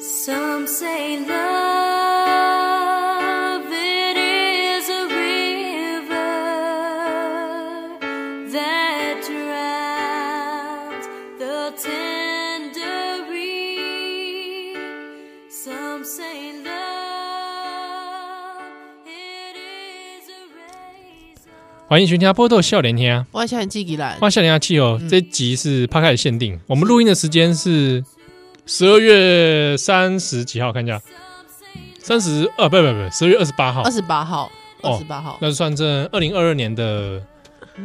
Some say love it is a river that drowns the tender. Some say love it is a razor. 欢迎全家波豆笑脸天啊！我想记起来，哇，笑脸啊，气哦！嗯这集是帕开始限定，我们录音的时间是十二月三十几号，看一下，三十二，不不不，十二月二十八号二，十八号，哦二十八号，那就算这二零二二年的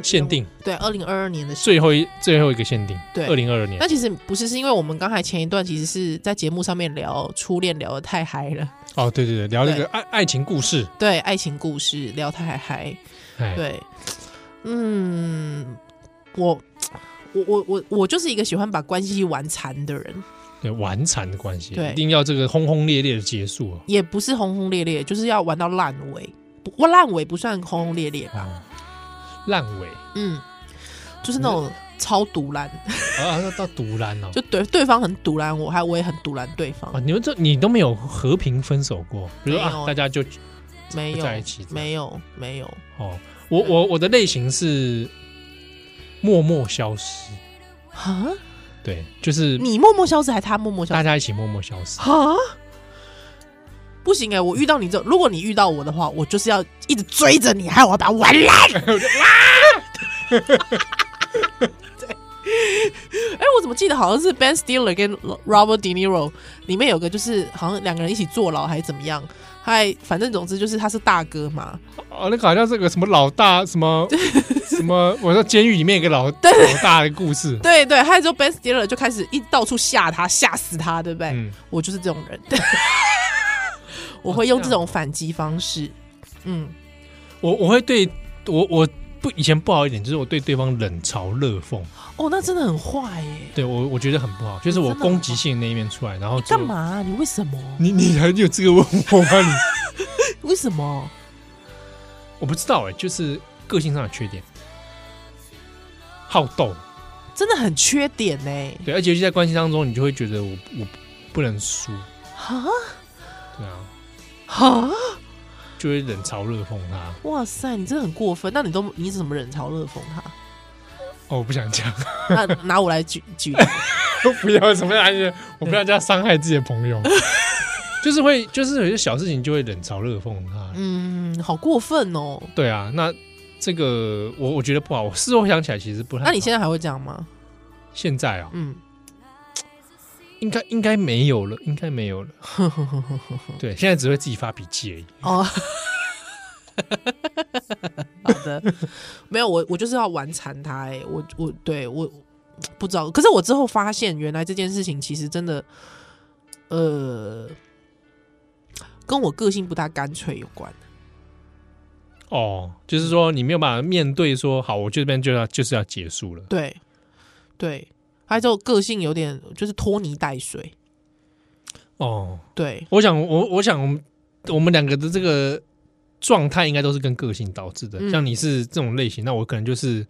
限定，对，二零二二年的事。最后一最后一个限定，嗯对哎二零二二年那其实不是，是因为我们刚才前一段其实是在节目上面聊初恋，聊得太嗨了， 哦，对对对，聊那个爱爱情故事，对，爱情故事聊太嗨，哎，对，嗯，我我我我我就是一个喜欢把关系玩残的人，对，玩残的关系，对一定要这个轰轰烈烈的结束哦也不是轰轰烈烈，就是要玩到烂尾，不，我烂尾不算轰轰烈烈吧，啊，烂尾嗯，就是那嗯种超毒烂，啊，那到独烂哦，就对对方很毒烂我，还我也很毒烂对方啊，，你们这你都没有和平分手过，比如说没啊，有大家就没不有在一起没有没有，哦，我我嗯我的类型是默默消失，啊，对，就是你默默消失还他默默消大失家一起默默消失，啊？不行哎、我遇到你这，如果你遇到我的话，我就是要一直追着你，还有我要把它玩 烂。对，哎、我怎么记得好像是 Ben Stiller 跟 Robert De Niro 里面有个，就是好像两个人一起坐牢还是怎么样，还反正总之就是他是大哥嘛，哦，那个好像这个什么老大什 么什么，我说监狱里面一个老老大的故事，对对，还有之后 Ben Stiller 就开始一到处吓他，吓死他，对不对？嗯，我就是这种人， 我会用这种反击方式。嗯，我我会对我我不以前不好一点，就是我对对方冷嘲热讽，哦，那真的很坏耶！对我我觉得很不好，就是我真的攻击性那一面出来，然后就干？嘛啊、你为什么？你 你还有资格问我吗？你为什么？我不知道哎、就是个性上的缺点，好斗，真的很缺点呢？对，而且尤其在关系当中，你就会觉得我我不能输，哈对啊，哈！就会冷嘲热讽他。哇塞，你真的很过分。那你都你是怎么冷嘲热讽他？哦，我不想 讲，那拿我来举举例。不要什么样的，我不要这样伤害自己的朋友， 就是会就是有些小事情就会冷嘲热讽他。嗯，好过分哦。对啊，那这个我我觉得不好，我事后想起来其实不太好。那你现在还会这样吗？现在啊，嗯，应该应该没有了，应该没有 了。对，现在只会自己发脾气而已。哦， 好的，没有我，我就是要玩残他、欸。我我对我不知道，可是我之后发现，原来这件事情其实真的，呃，跟我个性不大干脆有关。哦，就是说你没有办法面对说，好，我这边就要就是要结束了。对对，还有之后个性有点就是拖泥带水。哦，对，我想，我我想，我们我们两个的这个状态应该都是跟个性导致的。嗯像你是这种类型，那我可能就是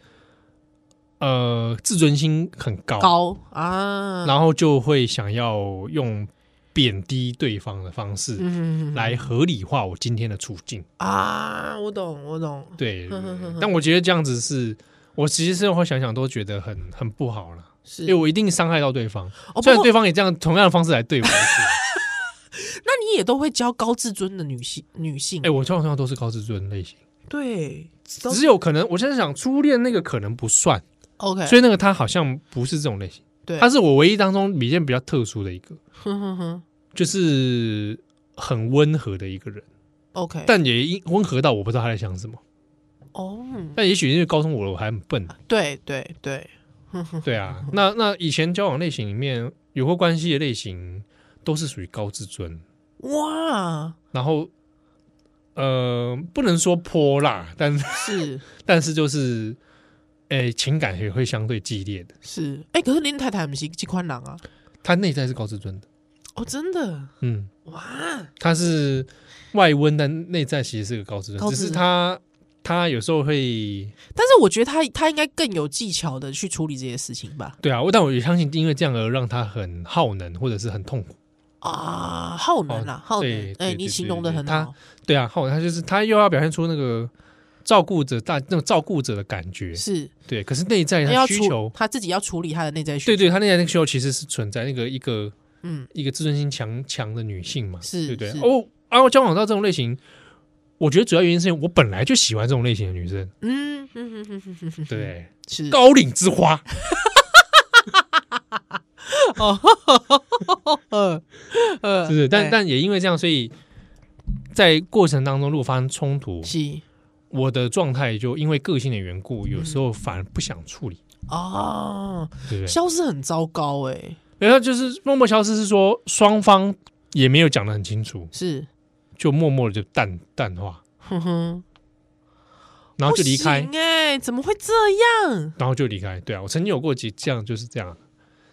呃自尊心很高，高啊，哦然后就会想要用贬低对方的方式嗯来合理化我今天的处境。啊，我懂，我懂。对哼哼哼，哼但我觉得这样子是。我其实事后想想都觉得很很不好了，是因为，我一定伤害到对方，哦，虽不然过对方也这样同样的方式来对我 一次。那你也都会教高自尊的女性女性哎、。我通常通常都是高自尊类型。对，都只有可能，我现在想初恋那个可能不算， OK，所以那个他好像不是这种类型，对，他是我唯一当中里面比较特殊的一个，哼哼哼就是很温和的一个人， ，OK，但也因温和到我不知道他在想什么。哦，但也许因为高中我还很笨，对对对，对啊，那那以前交往类型里面有过关系的类型都是属于高自尊，哇，然后呃不能说泼辣，但是但是就是。哎、情感也会相对激烈的，是，哎、可是林太太不是这款人啊，他内在是高自尊的，哦，真的，嗯，哇，他是外温，但内在其实是个高智高人，智只是商他他有时候会但是我觉得他他应该更有技巧的去处理这些事情吧，对啊，我但我也相信，因为这样而让他很耗能或者是很痛苦。啊，浩能啦，浩能哦对，哎，对你对形对容的对很他好，对啊，后来他就是他又要表现出那个照顾者大那种照顾者的感觉，是对。可是内在他他要需处求，他自己要处理他的内在需对求，对，他内在那个需求其实是存在那个一个嗯，一个自尊心强强的女性嘛，是对不对是？哦，啊，我交往到这种类型，我觉得主要原因是因为我本来就喜欢这种类型的女生，嗯嗯嗯嗯嗯，对不对，是高岭之花，呃呃，是不 是？但哎但也因为这样，所以在过程当中，如果发生冲突，是我的状态就因为个性的缘故，有嗯时候反而不想处理，哦，对不对？消失很糟糕哎，然后就是默默消失，是说双方也没有讲的很清楚，是，就默默的就淡淡化，哼哼，然后就离开，哎，怎么会这样？然后就离开。对啊，我曾经有过几这样，就是这样。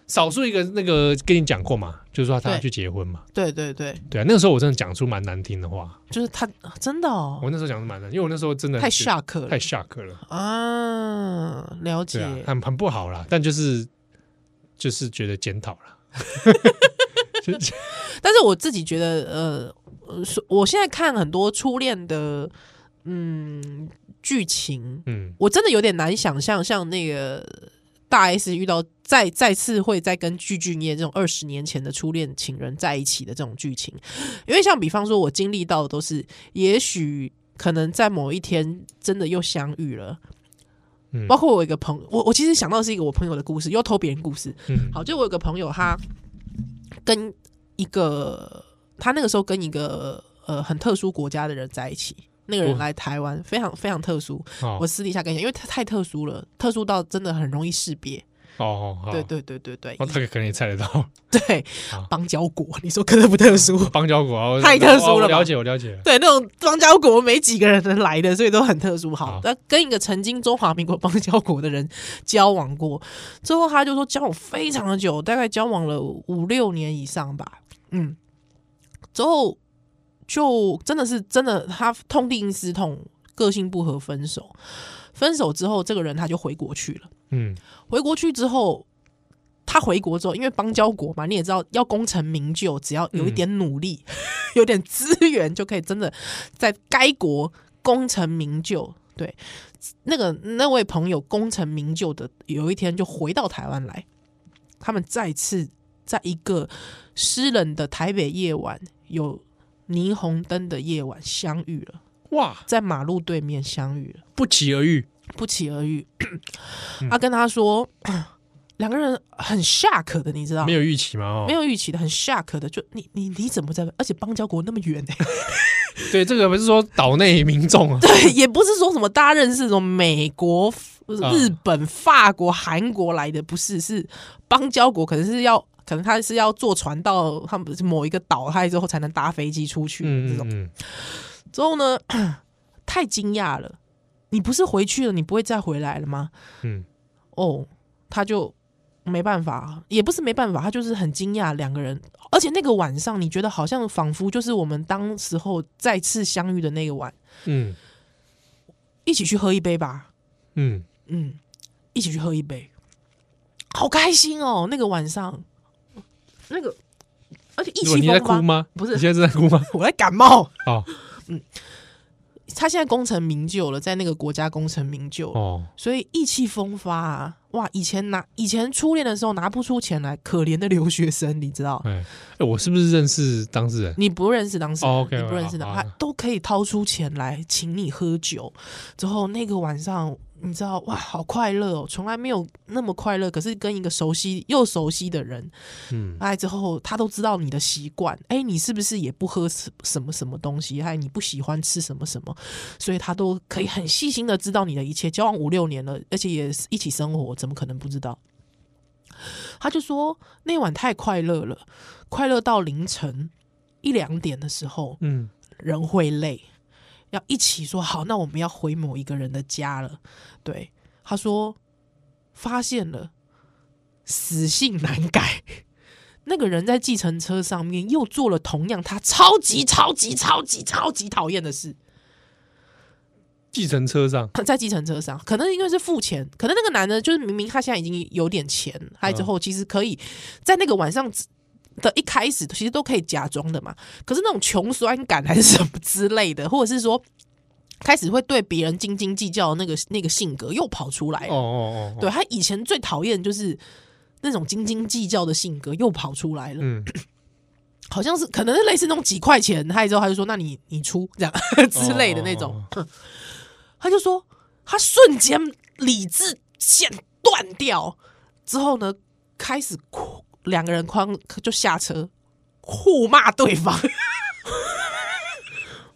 少数一个那个跟你讲过嘛，就是说他要对去结婚嘛，对对对，对啊，那个时候我真的讲出蛮难听的话，就是他真的哦我，那时候讲的蛮难，因为我那时候真的太是 shock 了太 shock 了，啊，了对啊解，，很很不好啦，但就是就是觉得检讨 了，就是但是我自己觉得，呃呃，所我现在看很多初恋的，嗯，剧情，嗯，我真的有点难想象，像那个大 S 遇到再再次会再跟具俊晔这种二十年前的初恋情人在一起的这种剧情，因为像比方说，我经历到的都是，也许可能在某一天真的又相遇了。嗯包括我有一个朋我我其实想到的是一个我朋友的故事，又偷别人故事。嗯好，就我有个朋友，他跟一个他那个时候跟一个呃很特殊国家的人在一起，那个人哇来台湾，非常非常特殊。好我私底下跟你讲，因为他太特殊了，特殊到真的很容易识别。哦，好对，对对对对哦，他可能也猜得到 对好，邦交国，你说特不特殊？邦交国啊，我太特殊哦我了吧了解，我了解了，对，那种邦交国没几个人能来的，所以都很特殊。好好，那跟一个曾经中华民国邦交国的人交往过，最后他就说交往非常的久，大概交往了五六年以上吧。嗯，之后就真的是真的，他痛定思痛，个性不合分手。分手之后，这个人他就回国去了。嗯，回国去之后，他回国之后，因为邦交国嘛，你也知道，要功成名就，只要有一点努力， 有点资源，就可以真的在该国功成名就。对，那个那位朋友功成名就的，有一天就回到台湾来，他们再次在一个湿冷的台北夜晚，有霓虹灯的夜晚相遇了，哇，在马路对面相遇了。不期而遇，不期而遇。嗯他跟他说， 两个人很 shock 的，你知道，没有预期嘛，哦，啊没有预期的，很 shock 的，就你你你怎么在？而且邦交国那么远、 欸，对，这个不是说岛内民众啊，对，也不是说什么大家认识什么美国、啊日本、法国、韩国来的，不是，是邦交国，可能是要。可能他是要坐船到他们某一个岛，他之后才能搭飞机出去的这嗯种。嗯之后呢， 太惊讶了，你不是回去了，你不会再回来了吗？嗯哦，他就没办法，也不是没办法，他就是很惊讶两个人，而且那个晚上，你觉得好像仿佛就是我们当时候再次相遇的那个晚，嗯一起去喝一杯吧，嗯嗯，一起去喝一杯，好开心哦，那个晚上，那个而且意嗯，如果气你在风哭发，吗？不是你现在是在哭 吗？我在感冒，哦他现在功成名就了，在那个国家功成名就了。哦，所以意气风发啊！哇，以前拿以前初恋的时候拿不出钱来，可怜的留学生，你知道？哎，哎我是不是认识当事人？你不认识当事人，哦，OK，你不认识的，好他好都可以掏出钱来请你喝酒。之后那个晚上，你知道哇，好快乐哦，从来没有那么快乐。可是跟一个熟悉又熟悉的人，嗯哎，之后他都知道你的习惯，哎，你是不是也不喝什什么什么东西？哎，你不喜欢吃什么什么，所以他都可以很细心的知道你的一切。交往五六年了，而且也是一起生活，怎么可能不知道？他就说那晚太快乐了，快乐到凌晨一两点的时候，嗯，人会累，要一起说好，那我们要回某一个人的家了。对，他说发现了，死性难改。 那个人在计程车上面又做了同样他超级超级超级超级讨厌的事，计程车上，在计程车上，可能因为是付钱，可能那个男的就是明明他现在已经有点钱，还之后其实可以在那个晚上的一开始其实都可以假装的嘛，可是那种穷酸感还是什么之类的，或者是说开始会对别人斤斤计较的那个那个性格又跑出来了哦哦哦，对他以前最讨厌就是那种斤斤计较的性格又跑出来了，嗯，好像是可能是类似那种几块钱，他之后他就说那你你出这样 之类的那种，他就说他瞬间理智线断掉之后呢，开始哭两个人框就下车互骂对方，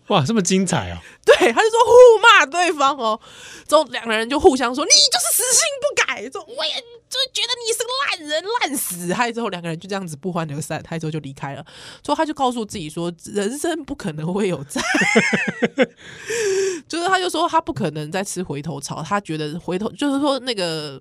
哇，这么精彩哦！ 对，他就说互骂对方哦，之后两个人就互相说你就是死性不改，说我也就觉得你是个烂人烂死，害之后两个人就这样子不欢而散，害之后就离开了，之后他就告诉自己说人生不可能会有再，就是他就说他不可能再吃回头草，他觉得回头就是说那个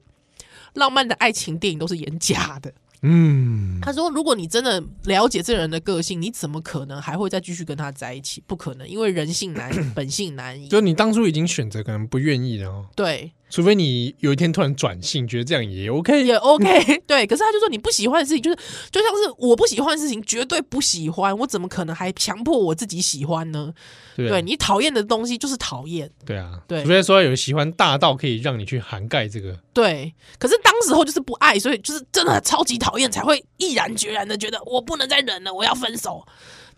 浪漫的爱情电影都是演假的，嗯，他说：“如果你真的了解这个人的个性，你怎么可能还会再继续跟他在一起？不可能，因为人性难移，本性难移。就你当初已经选择可能不愿意了哦，对，除非你有一天突然转性，觉得这样也 OK。也 OK。对， 可是他就说你不喜欢的事情，就是就像是我不喜欢的事情，绝对不喜欢。我怎么可能还强迫我自己喜欢呢？对对不对你讨厌的东西就是讨厌。对啊，对除非说有喜欢大到可以让你去涵盖这个，对，可是当时候就是不爱，所以就是真的超级讨厌，才会毅然决然的觉得我不能再忍了，我要分手。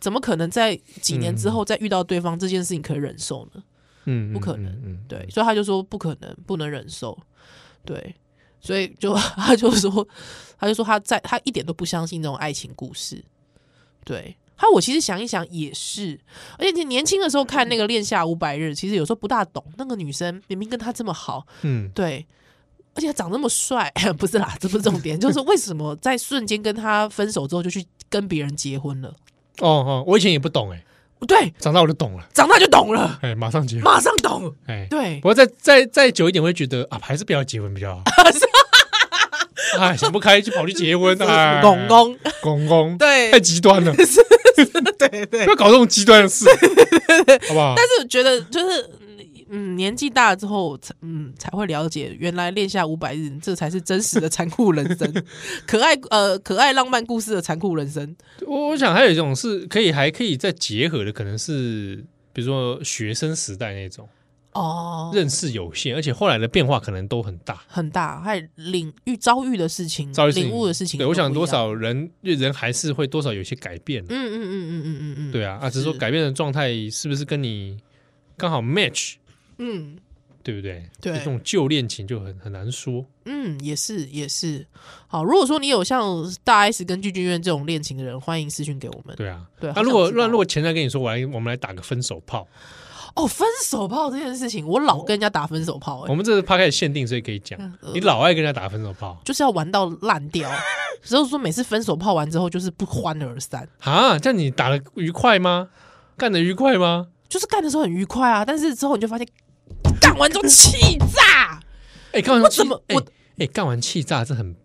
怎么可能在几年之后再遇到对方这件事情可以忍受呢？”嗯，不可能嗯，嗯，对，所以他就说不可能，不能忍受，对，所以就 他就说，他就说他在他一点都不相信这种爱情故事，对。他我其实想一想也是，而且你年轻的时候看那个《恋下五百日》，其实有时候不大懂那个女生明明跟他这么好，嗯，对，而且他长那么帅， 不是啦，这不是重点，就是为什么在瞬间跟他分手之后就去跟别人结婚了？哦哦，我以前也不懂哎，对，长大我就懂了，长大就懂了，哎，马上结婚，马上懂，哎，对不，过再再再久一点，会觉得啊，还是不要结婚比较 好。哎，想不开就跑去结 婚啊！哎公公，公公，对太极 端了， 对对不要搞这种极端的 事，好不好？但是我觉得就是嗯嗯，年纪大了之后，才嗯才会了解，原来恋下五百日，这才是真实的残酷人生，可爱呃可爱浪漫故事的残酷人生。我我想还有一种是可以还可以再结合的，可能是比如说学生时代那种哦，认识有限，而且后来的变化可能都很大。很大，还有领遇遭遇的事情，遭遇事情领悟的事情对都不我一样，想多少人人还是会多少有些改变嗯，，嗯嗯嗯嗯嗯嗯，对啊，啊，只是说改变的状态是不是跟你刚好 match，嗯对不对？对这种旧恋情就很很难说。嗯，也是也是。好，如果说你有像大 S 跟具俊晔这种恋情的人，欢迎私讯给我们。对啊，对那好如果想知道那如果前任跟你说，我来我们来打个分手炮，哦，分手炮这件事情，我哦老跟人家打分手炮、欸，我们这是趴开始限定，所以可以讲嗯，你老爱跟人家打分手炮就是要玩到烂掉。所以说，每次分手泡完之后，就是不欢而散，啊？这样你打的愉快吗？干的愉快吗？就是干的时候很愉快啊，但是之后你就发现，干完之后气炸。哎，干完我气怎么哎我哎干完气炸，这很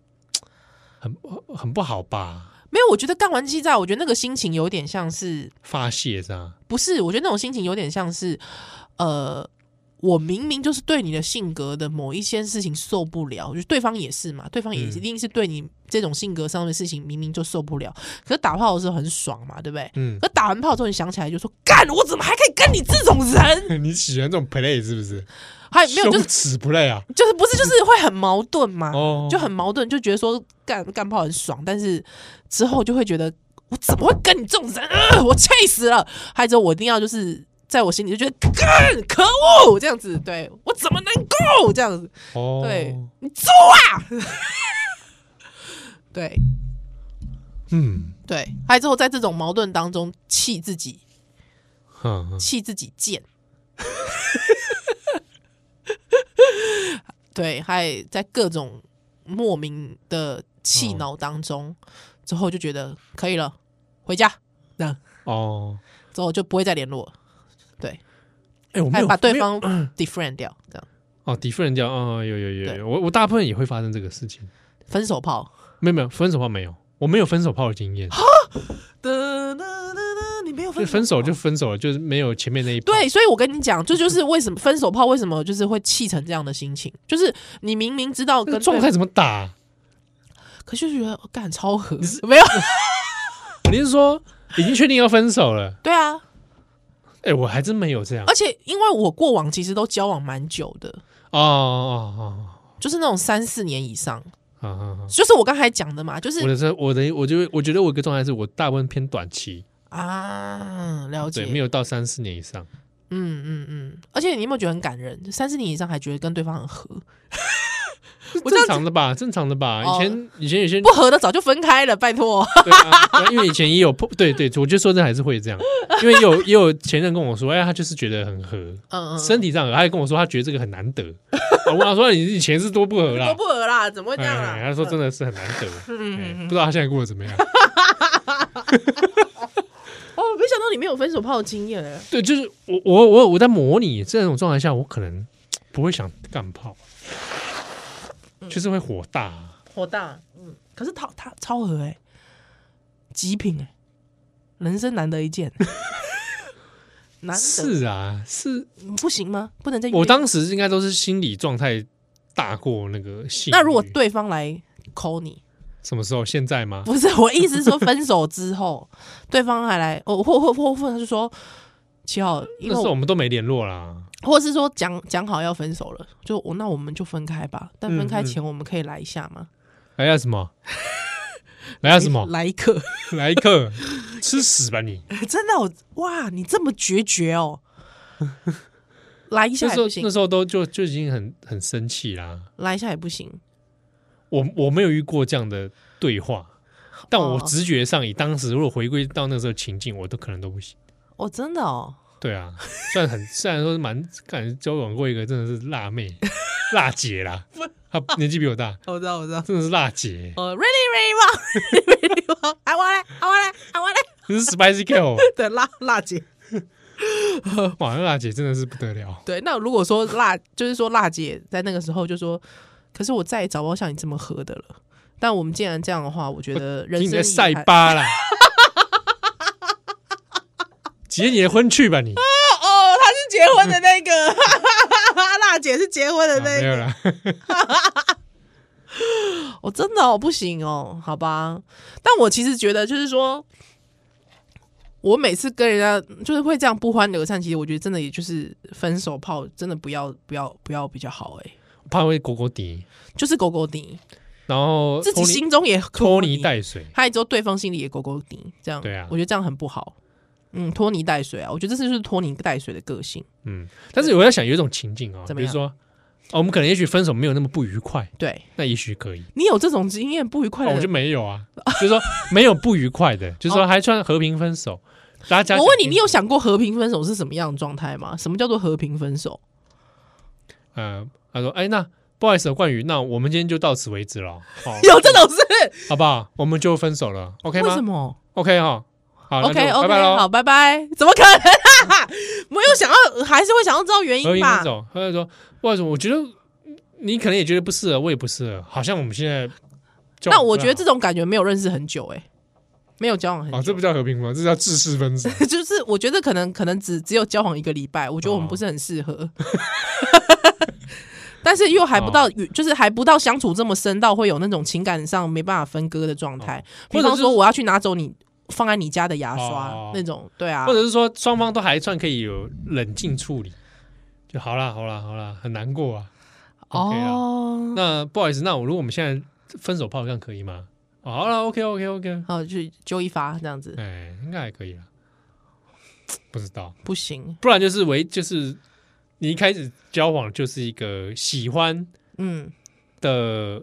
很很不好吧？没有，我觉得干完气炸，我觉得那个心情有点像是，发泄是吧？不是？我觉得那种心情有点像是，呃，我明明就是对你的性格的某一些事情受不了，就是对方也是嘛，对方也嗯一定是对你这种性格上面的事情明明就受不了，可是打炮的时候很爽嘛，对不对？嗯， 可打完炮之后，你想起来就说，干，我怎么还可以跟你这种人？你喜欢这种 play 是不是？还哎没有，就是羞耻 play 啊？就是不是就是会很矛盾嘛，哦，就很矛盾，就觉得说干干炮很爽，但是之后就会觉得我怎么会跟你这种人，呃、我气死了。还有之后我一定要就是在我心里就觉得干可恶这样子，对我怎么能够这样子？哦，对，你猪啊！对嗯，对，还有之后在这种矛盾当中气自己，嗯嗯气自己贱。 对，还在各种莫名的气恼当中，之后就觉得可以了，回家，哦，之后就不会再联络，哎，我没还有把对没有方 defriend 掉，这样哦，抵夫人家哦，有有有对有，我我大部分也会发生这个事情，分手炮。没有没有分手炮没有，我没有分手炮的经啊验，哒哒哒哒，你没有就分分手炮就分手了，就是没有前面那一炮哦对，所以我跟你讲，这就是为什么分手炮为什么就是会气成这样的心情，就是你明明知道那个跟状对态怎么打？可是就觉得哦干超合，没有，你是说已经确定要分手了？对啊，哎，我还真没有这样。哦而且因为我过往其实都交往蛮久的，哦就是那种三四年以上，哦哦哦！就是我刚才讲的嘛，就是我的这我的我就我觉得我一个状态是我大部分偏短期，啊，了解，对，没有到三四年以上。嗯嗯嗯，而且你有没有觉得很感人？三四年以上还觉得跟对方很合，我正这样常的吧，正常的吧。哦以前以前有些不合的早就分开了，拜托。对啊，对啊因为以前也有碰，对对，我就说这还是会这样，因为也有也有前任跟我说，哎，他就是觉得很合，嗯嗯，身体上合，他还跟我说他觉得这个很难得。 我问他说你以前是多不合啦都，不合啦，怎么会这样啊嗯哎啦？嗯他说真的是很难得，哎不知道他现在过得怎么样。哦，没想到你没有分手炮的经验哎。对，就是我我我我在模拟这种状态下，我可能不会想干炮，嗯就是会火大啊、火大，嗯，可是他他超合哎、极品哎、人生难得一 见，难得是啊，是嗯不行吗？不能再约我当时应该都是心理状态大过那个性欲。那如果对方来抠你，什么时候？现在吗？不是我意思是说分手之后，对方还来哦，或或或或他就说七号，因那为时候我我们都没联络啦。或是说讲讲好要分手了，就我那我们就分开吧，但嗯分开前我们可以来一下吗？来下什 么？来嗯下什么？来一个， 来一个，吃屎吧你！真的我哇，你这么决 绝哦，来一下那也时候不行那，时候都就就已经很很生气啦。来一下也不行。我我没有遇过这样的对话， 但我哦直觉上以当时如果回归到那时候情境，我都可能都不行。哦，真的哦，对啊，虽然很虽然说是蛮感觉交往过一个真的是辣妹辣姐 啦，她年纪比我大，我知道，我知 道。真的是辣姐，欸哦、r e a d y really really want，I want it，I want it，I want it 就是 Spicy Girl，对，辣辣姐，哇，那辣姐真的是不得了。对。那如果说辣，就是说辣姐在那个时候就说，可是我再也找不到像你这么合的了。但我们既然这样的话，我觉得人你生在晒遗憾巴 啦，结你的婚去 吧你，啊哦，她是结婚的那个， 辣姐是结婚的那啊没个。有啦，哦，真的哦，不行哦，好吧。但我其实觉得，就是说，我每次跟人家就是会这样不欢而散，其实我觉得真的也就是分手炮，真的不要不要不要比较好哎、怕会狗狗底，就是狗狗底，然后自己拖泥心中也啊拖拖泥，带水，还有之后对方心里也狗狗底，这样对啊我觉得这样很不好。嗯，拖泥带水啊，我觉得这就是拖泥带水的个性。嗯，但是我在想有一种情境啊、怎么比如样说、哦我们可能也许分手没有那么不愉快，对那也许可以。你有这种经验不愉快哦的我就人，没有啊，就是说 没有不愉快的，就是说还算和平分手。大家哦我问你，你有想过和平分手是什么样的状态吗？什么叫做和平分手？，哦呃，他说哎，那不好意思，冠宇，那我们今天就到此为止了，好 有这种事？好不好？我们就分手了，OK 为什吗么？OK 哈，好那就 OK 拜 OK，拜喽，好，拜拜。怎么可能 啊？没有想要，还是会想要知道原和因平分吧？手。他就说，不好意思，我觉得你可能也觉得不适合，我也不适合，好像我们现在交往那我不觉太得这种感觉没有认识很久，哎，没有交往很好哦，久这不。叫和平分手，这叫自私分手。 就是我觉得可能可能只只有交往一个礼拜，我觉得我哦们不是很适合， 但是又还不哦到，就是还不到相处这么深到会有那种情感上没办法分割的状态。比哦或者方就是说，我要去拿走你放在你家的牙刷、哦那种，对啊或，者是说双方都还算可以有冷静处理，就好啦，好啦，好啦，很难过啊。OK 啊哦，那不好意思，那我如果我们现在分手炮这样可以吗？哦好了，OK，OK，OK，、好去揪一发这样子，哎，应该还可以啦。不知道，不行，不然就是为就是你一开始交往就是一个喜欢嗯，的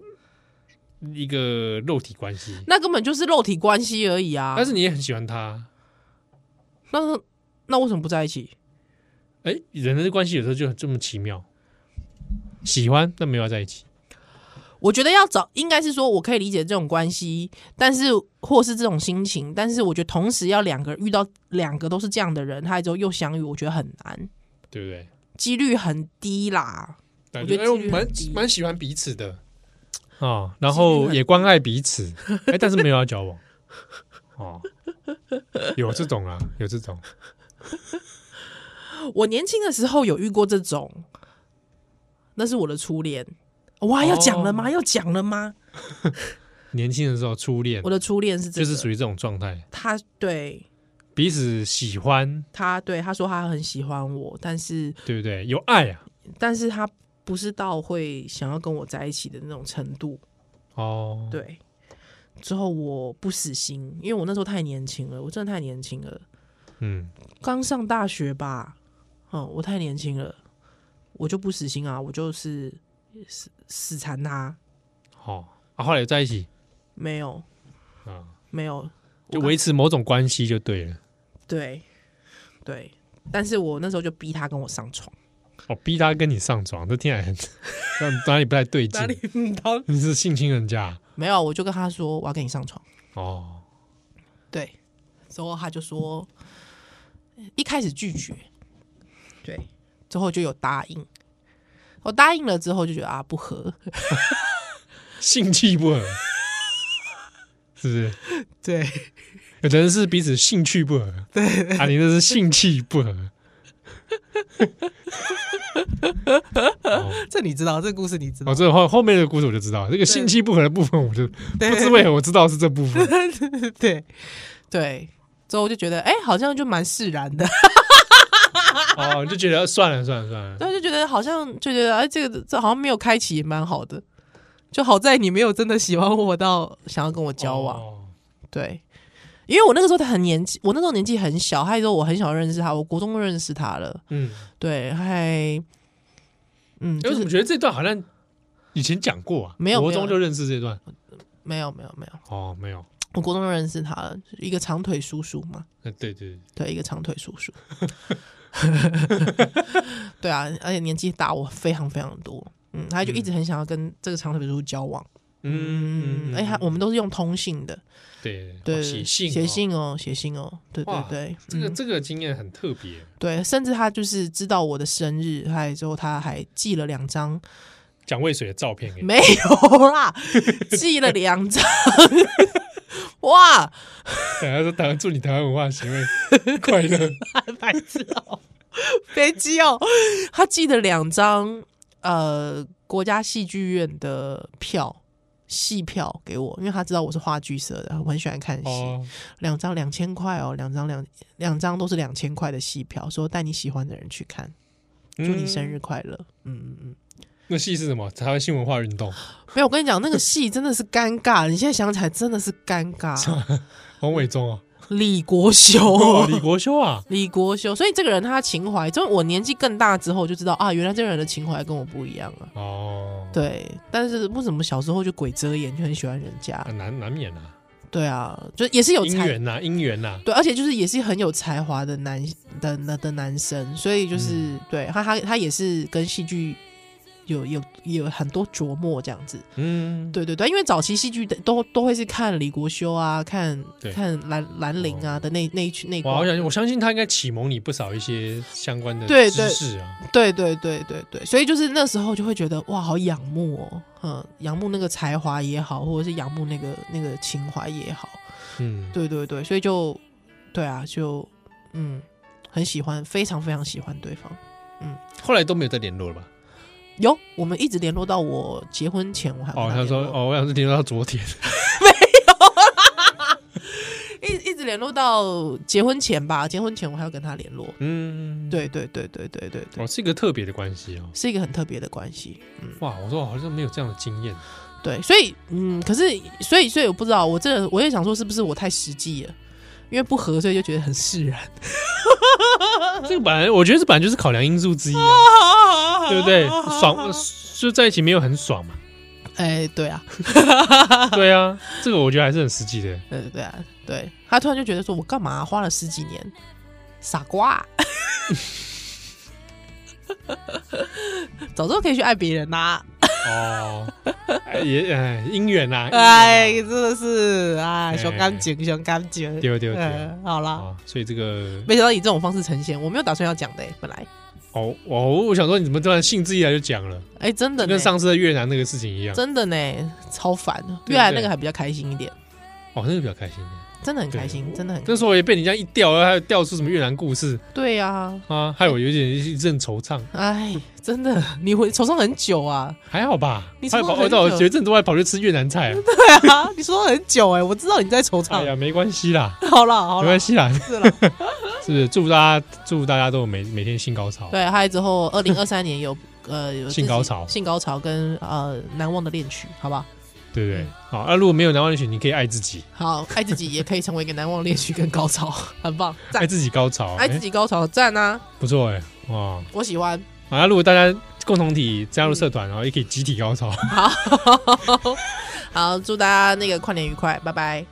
一个肉体关系，那根本就是肉体关系而已啊。但是你也很喜欢他。那那为什么不在一起？哎，人的关系有时候就很这么奇妙，喜欢但没有要在一起。我觉得要找，应该是说我可以理解这种关系，但是或是这种心情，但是我觉得同时要两个遇到两个都是这样的人，他之后又相遇，我觉得很难，对不对？几率很低啦。感我觉得哎我几率蛮很低蛮喜欢彼此的哦，然后也关爱彼 此，哎，但是没有要交往哦，有这种啦，有这种，我年轻的时候有遇过这种，哦那是我的初恋。哇，要讲了吗？要讲了吗？年轻的时候初恋我，的初恋是这就个，是属于这种状态，他对彼此喜欢，他对他说他很喜欢我，但是对不对？有爱啊，但是他不是到会想要跟我在一起的那种程度，哦，，对。之后我不死心，因为我那时候太年轻了，我真的太年轻了，嗯，刚上大学吧，嗯，我太年轻了，我就不死心啊，我就是死死缠他，好、啊，后来有在一起，没有啊，没有，就维持某种关系就对了。对对，但是我那时候就逼他跟我上床，哦，逼他跟你上床，这听起来很 那哪里嗯不太对劲？到？你是性侵人家？没有，我就跟他说我要跟你上床，哦，对，之后他就说一开始拒绝，对，之后就有答应，我答应了之后就觉得啊不合，性气不合，是不是？对有的人是彼此兴趣不合，对啊，你这是性气不合。哦 这你知道，这故事你知哦，这后后面的故事我就知道，这个性气不合的部分，我就不知为何我知道是这部分。对对，之后我就觉得，哎、好像就蛮释然的， 哦，就觉得算了算了算了，然后就觉得好像就觉得，哎、这个这好像没有开启也蛮好的，就好在你没有真的喜欢我到想要跟我交往，哦对。因为我那个时候很年纪，我那时候年纪很小，还有我很小认识他，我国中就认识他了，嗯，对，还，嗯，哎就我怎是么觉得这段好像以前讲过啊？没有国没有中就认识这段。没有没有没有，哦，没有，我国中就认识他了，一个长腿叔叔嘛，呃，对对，对对，一个长腿叔叔， 对啊，而且年纪大我非常非常多，嗯，他就一直很想要跟这个长腿叔叔交往，嗯，哎、他我们都是用通信的，对对，哦写信写哦，信哦，写信哦，对对哇对，这个嗯、这个经验很特别，对，甚至他就是知道我的生日，还之后他还寄了两张，蒋渭水的照片给你， 没有啦， 寄了两张， 哇，然后说台湾祝你台湾文化协会快乐，白痴哦， 飞机哦，他寄了两张呃国家戏剧院的票。戏票给我，因为他知道我是话剧社的，我很喜欢看 戏。哦，两张两千块哦，两张两两张都是两千块的戏票，说带你喜欢的人去看，祝你生日嗯。快乐。嗯嗯嗯，那戏是什么？台湾新文化运 动，没有，我跟你讲，那个戏真的是尴尬，你现在想起来真的是尴 尬。黄伟忠哦，李国修，哦，李国修啊，李国修，所以这个人他情怀，就是我年纪更大之后就知道啊，原来这个人的情怀跟我不一样啊。哦，对，但是为什么小时候就鬼遮眼，就很喜欢人家啊，？难难免啊，对啊，就也是有姻才，缘呐，姻缘呐，对，而且就是也是很有才华的男的的的男生，所以就是、嗯对他他他也是跟戏剧有有有很多琢磨这样子。嗯，对对对，因为早期戏剧的都都会是看李国修啊，看对看兰兰陵啊的那那一群那一哇，挂我想我相信他应该启蒙你不少一些相关的对知对识啊，对对对对对，所以就是那时候就会觉得哇，好仰慕哦，嗯，仰慕那个才华也好，或者是仰慕那个那个情怀也好，嗯，对对对，所以就对啊，就嗯，很喜欢，非常非常喜欢对方。后来都没有再联络了吧？有，我们一直联络到我结婚前，我还有哦，跟他说联络，哦，我想是联络到昨天，一一直联络到结婚前吧，结婚前我还要跟他联络。嗯，对对对对对对对，哦，是一个特别的关系哦。是一个很特别的关系。嗯哇，我说我好像没有这样的经 验。对，所以嗯，可是所以所以我不知道，我这人我也想说是不是我太实际了，因为不合，所以就觉得很释然，这个本来我觉得这本来就是考量因素之一、啊， 对不对？爽就在一起没有很爽嘛。 哎，对啊，对啊，这个我觉得还是很实际的。对对啊，对他突然就觉得说我干嘛花了十几年，傻瓜， 早知道可以去爱别人呐、哦，哎也哎姻缘呐，哎，姻缘真的是哎，哎熊感情，熊感情啊，，丢丢丢嗯，好啦。啊！所以这个没想到以这种方式呈现，我没有打算要讲的、欸本来，哦哦，我想说你怎么突然兴致一来就讲了，哎、真的就呢跟，上次的越南那个事情一样。真的呢，超烦的。啊对越来对那个还比较开心一点，哦，那个比较开心。真的很开心，真的很那时候也被你这样一调，还有调出什么越南故事对呀。啊，害我有一点一阵惆怅。哎，真的，你回惆怅很久啊， 还好吧？你还好从吧很哦我到我久有一阵都还跑去吃越南菜啊。对啊，你说很久哎、我知道你在惆哎怅。呀，没关系啦，好了好没了关，系啦，是了。是不是？祝大家祝大家都有每每天性高潮。对，还有之后，二零二三年有呃有自己性高潮性高潮跟呃难忘的恋曲，好不好？对不对嗯？好，啊那如果没有难忘的曲，你可以爱自己，好，爱自己也可以成为一个难忘的恋曲跟高潮， 很棒，爱赞！自己高潮，爱自己高潮，赞啊！哎不错哎，哇！我喜欢。好，那如果大家共同体加入社团，然后也可以集体高潮。好，祝大家那个跨年愉快，拜拜。